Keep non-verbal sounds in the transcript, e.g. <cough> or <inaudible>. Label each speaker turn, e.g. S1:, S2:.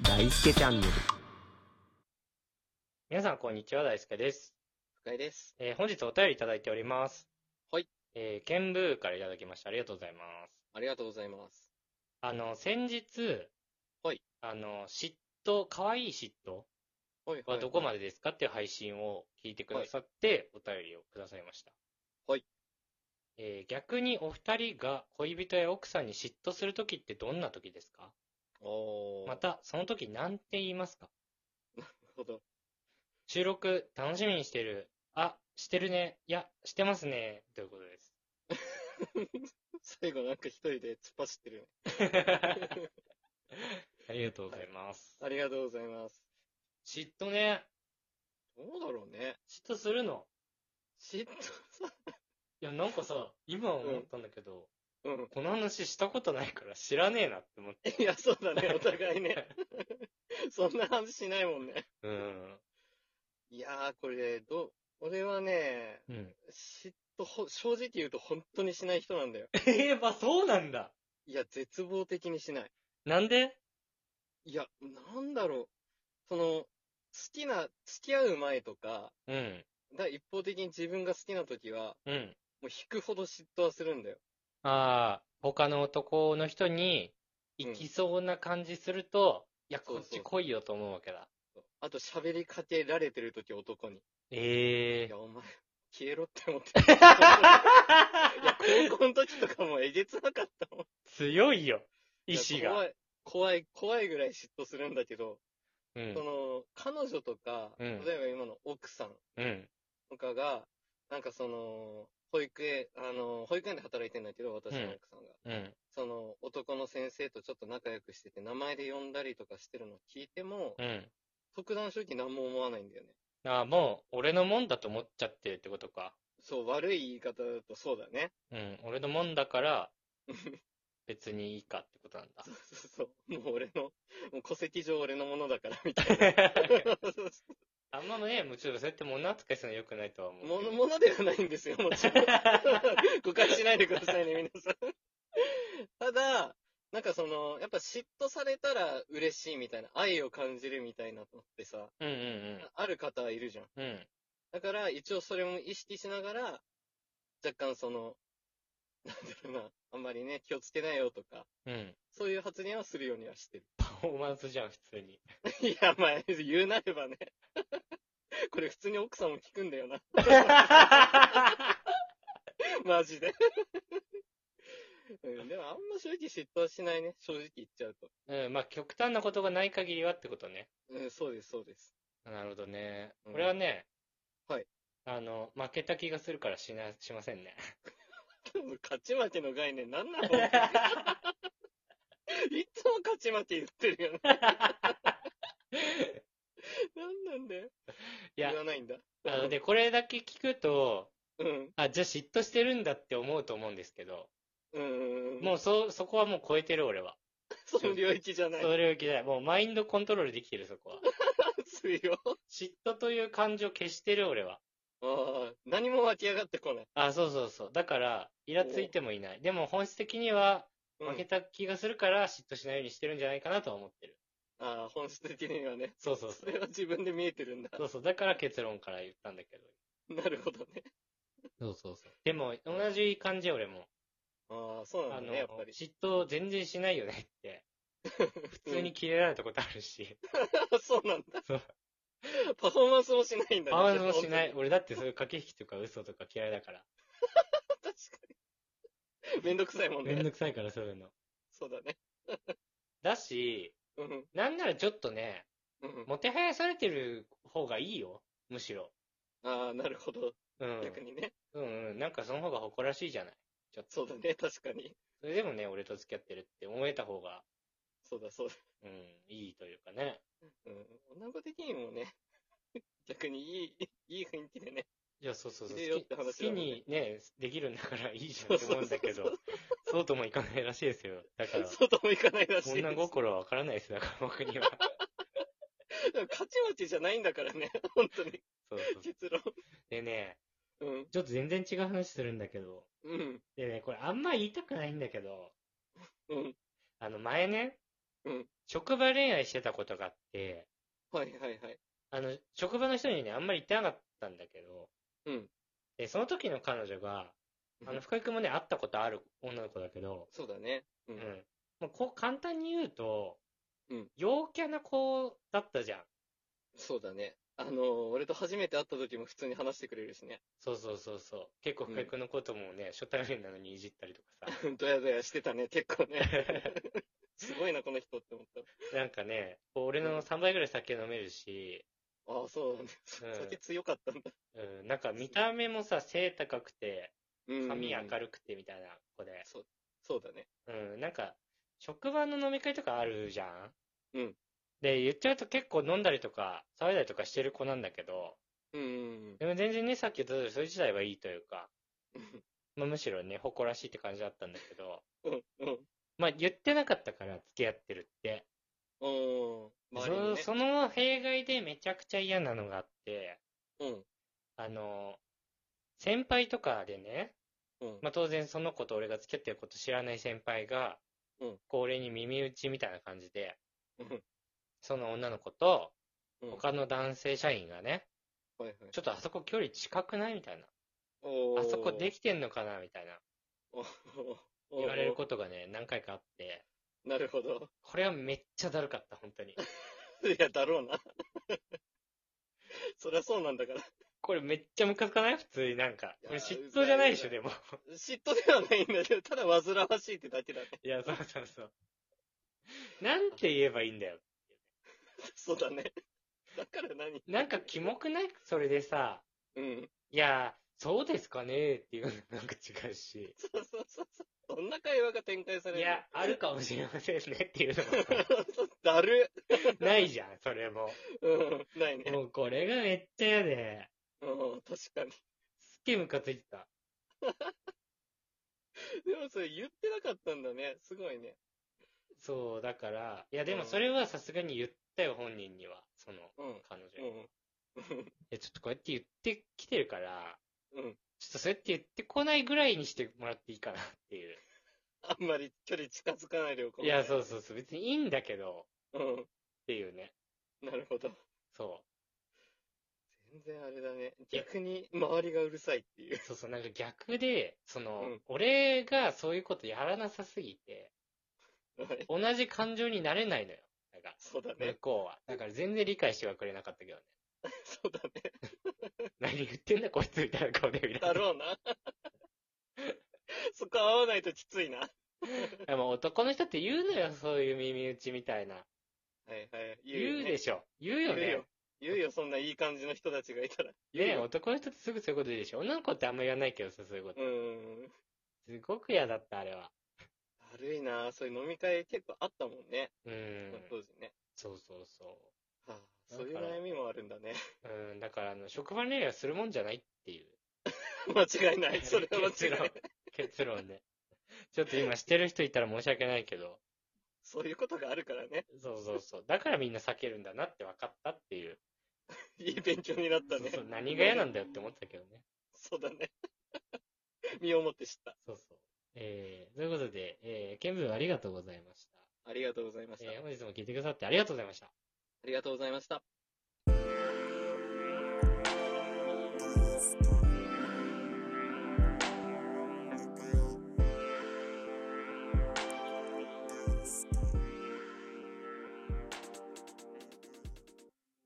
S1: 大輔チャンネル。
S2: 皆さん、こんにちは。大輔です。
S3: 深井です。
S2: えー本日お便りいただいております。
S3: はい。
S2: えー、剣舞からいただきました。ありがとうございます。
S3: ありがとうございます。
S2: あの、先日、
S3: はい。
S2: あの、嫉妬、可愛い嫉妬
S3: はい、
S2: はどこま
S3: で
S2: でですかっていう配信を聞いてくださって、お便りをくださいました。
S3: はい。
S2: えー逆にお二人が恋人や奥さんに嫉妬するときってどんなときですか
S3: おー。
S2: また、そのときなんて言いますか
S3: ほど。
S2: 収録楽しみにしてる。あ、してるね。いや、してますね。ということです。
S3: 最後なんか一人で突っ走ってるよね。 <laughs>
S2: ありがとうございます。
S3: ありがとうございます。
S2: 嫉妬ね。
S3: どうだろうね。
S2: 嫉妬するの。
S3: 嫉妬さ。 <laughs>
S2: いや、なんかさ、今思ったんだけど、
S3: うん。
S2: この話したことないから知らねえなって思って。
S3: いや、そうだ <laughs>
S2: <laughs>
S3: ね。お互いね。そんな話しないもんね。
S2: うん。
S3: いやー、これ、どう、俺はね、
S2: うん。
S3: 嫉妬ほ、正直言うと本当にしない人なんだよ。
S2: <laughs> ええまあそうなんだ。
S3: いや、絶望的にしない。
S2: なんで
S3: いや、なんだろう。その、好きな、付き合う前とか、
S2: うん。
S3: だから一方的に自分が好きな時は、
S2: うん。
S3: もう引くほど嫉妬はするんだよ。
S2: ああ、他の男の人に行きそうな感じすると、いや、
S3: そうそ
S2: こ
S3: う
S2: っち来いよと思うわけだ。
S3: あと喋りかけられてる時男に。
S2: え <laughs>
S3: い
S2: え
S3: や、お前、消えろって思って。
S2: <laughs>
S3: いや、高校の時とかもえげつなかったもん。
S2: 強いよ。
S3: い
S2: 意
S3: や
S2: 志が。
S3: 怖い、怖い、怖いぐらい嫉妬するんだけど、
S2: う
S3: そ
S2: ん。
S3: の、彼女とか、
S2: うん
S3: 例えば今の奥さん
S2: うん。
S3: とかが、なんかその、保育園、あの、保育園で働いてんだけど、私の奥さんが。
S2: うん。
S3: その、男の先生とちょっと仲良くしてて、名前で呼んだりとかしてるの聞いても、
S2: うん。
S3: 特段正直何も思わないんだよね。
S2: ああ、もう、俺のもんだと思っちゃってるってことか。
S3: そう、悪い言い方だとそうだね。
S2: うん。俺のもんだから、
S3: <laughs>
S2: 別にいいかってことなんだ
S3: そ。うそうそう。もう俺の、もう戸籍上俺のものだから、みたいな。
S2: <laughs> あんまね、もちろんそうやって物扱いするの良くないとは思うけど。
S3: もの、ものではないんですよ、もちろん。誤解しないでくださいね、皆さん。ただ、なんかその、やっぱ嫉妬されたら嬉しいみたいな、愛を感じるみたいなのってさ、
S2: <laughs> うんうん
S3: ある方はいるじゃん。
S2: うん。うん。
S3: だから、一応それも意識しながら、若干その、なんだろうな、あんまりね、気をつけなよとか、
S2: うん。
S3: そういう発言はするようにはしてる。
S2: パフォーマンスじゃん、普通に。
S3: いや、まあ、言うなればね。 <laughs> これ普通に奥さんも聞くんだよな。 <laughs> マジで。うん、でもあんま正直嫉妬はしないね。正直言っちゃうと。
S2: うん、まあ極端なことがない限りはってことね。
S3: うん、そうです、そうです。 <laughs>
S2: なるほどね。
S3: うん
S2: 俺はね、
S3: はい。
S2: あの、負けた気がするからしな、しませんね。
S3: 勝ち負けの概念なんなの <laughs> いつも勝ち負け言ってるよね。 <laughs> なんなんだよ。
S2: いや
S3: 言わないんだ。
S2: あの、で、これだけ聞くと、
S3: うん、
S2: あ、じゃあ嫉妬してるんだって思うと思うんですけど、
S3: うんうんうん。
S2: もうそ、そこはもう超えてる俺は。
S3: <laughs> その領域じゃない。
S2: それをいけない。もうマインドコントロールできてる
S3: <laughs>
S2: そこは。
S3: 強いよ。 <laughs>
S2: 嫉妬という感情消してる俺は。
S3: ああ、何も湧き上がってこない。
S2: あ、そうそうそう。だから、イラついてもいない。でも本質的には、
S3: うん
S2: 負けた気がするから嫉妬しないようにしてるんじゃないかなとは思ってる。
S3: ああ、本質的にはね。
S2: そうそうそ
S3: そうれ。は自分で見えてるんだ。
S2: そうそう。だから結論から言ったんだけど。
S3: なるほどね。
S2: そうそうそう。でも、同じ感じ俺も。
S3: ああ、そうな
S2: あ
S3: ん
S2: の、
S3: だね、やっぱり。
S2: 嫉妬全然しないよね
S3: <laughs>
S2: って。普通にキレられたことあるし。
S3: そうなんだ
S2: そう。
S3: パフォーマンスもしないんだね。
S2: パワーもしな
S3: 本
S2: い。俺だってそういう駆け引きとか嘘とか嫌いだから。
S3: 当に。確かに。めんどくさいもん
S2: めん
S3: ね。
S2: どくさいからそういうの。
S3: そうだね。
S2: だし、
S3: うん。
S2: なんならちょっとね、
S3: うん。
S2: もてはやされてる方がいいよ。むしろ。
S3: ああ、なるほど。
S2: うん。
S3: 逆にね。
S2: うんうん。なんかその方が誇らしいじゃない。ちょっと。
S3: そうだね、確かに。
S2: それでもね、俺と付き合ってるって思えた方が、
S3: そうだ、そうだ。
S2: うん、いいというかね。
S3: うん。女の子的にもね、逆にいい、いい雰囲気でね。
S2: いや、そうそうそう。
S3: いいよっ
S2: 好
S3: て
S2: き
S3: 話だ
S2: 好
S3: ね
S2: きにね、できるんだからいいじゃんって思うんだけ
S3: そう
S2: ど、そうともいかないらしいですよ。だから、
S3: そうともいかないらしいです。
S2: 女心はわからないです、だから
S3: <laughs>
S2: 僕には。
S3: でも勝ち負けじゃないんだからね、本当に。
S2: そうそう。
S3: 結論。
S2: でね、
S3: うん。
S2: ちょっと全然違う話するんだけど、
S3: うん。
S2: でね、これあんま言いたくないんだけど、
S3: うん。
S2: あの、前ね、
S3: うん
S2: 職場恋愛してたことがあって、
S3: はいはいはい。
S2: あの、職場の人にね、あんまり言ってなかったんだけど、
S3: うん
S2: で、その時の彼女が、あの、深井くんもね、会ったことある女の子だけど、
S3: そうだね。う。
S2: うんん。まあ、こう、簡単に言うと、
S3: うん
S2: 陽キャな子だったじゃん。
S3: そうだね。あの、俺と初めて会った時も普通に話してくれるしね。 <laughs>
S2: そうそうそうそう。結構深井くんのこともね、初対面なのにいじったりと
S3: <laughs>
S2: かさ。
S3: ドヤドヤしてたね、結構ね。
S2: <laughs>
S3: すごいな、この人って思った。
S2: なんかね、こう俺の3倍ぐらい酒飲めるし、
S3: ああ、そうなんだ。そ
S2: うん
S3: 酒強かったんだ。
S2: うん、なんか見た目もさ、背高くて、
S3: うん
S2: 髪明るくてみたいな子で。
S3: そうだね。
S2: うん、なんか、職場の飲み会とかあるじゃん
S3: うん。
S2: で、言っちゃうと結構飲んだりとか、騒いだりとかしてる子なんだけど、
S3: うんうん
S2: でも全然ね、さっき言った通り、それ自体はいいというか、
S3: うん。
S2: まあ、むしろね、誇らしいって感じだったんだけど、
S3: うんうん。
S2: まあ言ってなかったから付き合ってるって。
S3: おー、周りに
S2: そ
S3: ね。
S2: その弊害でめちゃくちゃ嫌なのがあって、
S3: うん。
S2: あの、先輩とかでね、
S3: うん。
S2: まあ、当然その子と俺が付き合ってること知らない先輩が、
S3: うん
S2: こう俺に耳打ちみたいな感じで、
S3: うん
S2: その女の子と
S3: うん
S2: 他の男性社員がね、
S3: はいはい。
S2: ちょっとあそこ距離近くないみたい
S3: お
S2: な。
S3: ー
S2: あそこできてんのかなみたいな。
S3: おーおー
S2: 言われることがね、何回かあって、
S3: なるほど。
S2: これはめっちゃだるかった、本当に。
S3: いや、だろうな。 <laughs> そりゃそうなんだから。
S2: これめっちゃムカつかない普通になんか。
S3: いや
S2: これ嫉妬じゃないでしょ、
S3: うざ
S2: でも。
S3: 嫉妬ではないんだけど、ただ煩わしいってだけだね。
S2: いや、そうそうそう。なんて言えばいいんだよ。
S3: <laughs> そうだね。だから何
S2: なんかキモくないそれでさ、
S3: うん。
S2: いや、そうですかねっていうのもなんか違うし。
S3: そうそうそうそう。どんな会話が展開される
S2: い
S3: の
S2: や、あるかもしれませんねっていうのも
S3: <laughs> だる。
S2: な
S3: <laughs>
S2: いじゃん、それも。
S3: うん。ないね。
S2: もうこれがめっちゃ嫌で、
S3: うん、確かに。
S2: すっげえムカついてた。
S3: でもそれ言ってなかったんだね。すごいね。
S2: そう、だから、いやでもそれはさすがに言ったよ、本人には。その、
S3: うん。 <laughs>
S2: 彼女に。い
S3: うん。
S2: や、ちょっとこうやって言ってきてるから、
S3: うん。
S2: ちょっとそうやって言ってこないぐらいにしてもらっていいかなっていう。
S3: あんまり距離近づかないでおこう
S2: いや、そうそうそう、別にいいんだけど、
S3: うん。
S2: っていうね。
S3: なるほど。
S2: そ
S3: 全然あれだね。逆に周りがうるさいっていう
S2: う。。そうそう、なんか逆で、その、
S3: うん
S2: 俺がそういうことやらなさすぎて、
S3: はい
S2: 同じ感情になれないのよ。なんか、
S3: そうだ
S2: 向
S3: ね。
S2: こうは。だから全然理解してはくれなかったけどね。 <laughs>
S3: そうだね。
S2: 何言ってんだこいつみたいな顔で見ら
S3: だ
S2: れて。
S3: ろう
S2: <laughs>
S3: な。そこ合わないときついな。は
S2: でも男の人って言うのよ、そういう耳打ちみたいな。
S3: いはい。
S2: 言う,、
S3: よね
S2: でしょ。言うよ
S3: 言う
S2: ね
S3: よ。。言うよ、そんないい感じの人たちがいたら。
S2: ね
S3: よ。
S2: 男の人ってすぐそういうこと言うでしょ。女の子ってあんま言わないけどさ、そういうこ
S3: う
S2: と。
S3: ん。
S2: すごく嫌だった、あれは。
S3: 悪いなそういう飲み会結構あったもんね。
S2: うん。
S3: 当時ね。
S2: そうそうそう。
S3: はあ、そういう悩みもあるんだね。 <laughs>
S2: うん、だから、あの、職場恋愛はするもんじゃないっていう。
S3: 間違い
S2: <laughs>
S3: ない。それは間
S2: 結
S3: 違いな
S2: 論
S3: い。。
S2: 結論で。 <laughs> ちょっと今してる人いたら申し訳ないけど、
S3: そういうことがあるからね。
S2: そうそうそう。だからみんな避けるんだなって分かったっていう。
S3: いい勉強になっ
S2: そ
S3: た
S2: う
S3: ね。
S2: そう、何が嫌なんだよって思ってたけどね。
S3: そうだね。 <laughs> 身をもって知った。
S2: そうそう。えー、ということで、えー、ケンブンありがとうございました。
S3: ありがとうございました。
S2: えー、本日も聞いてくださってありがとうございました。
S3: ありがとうございました。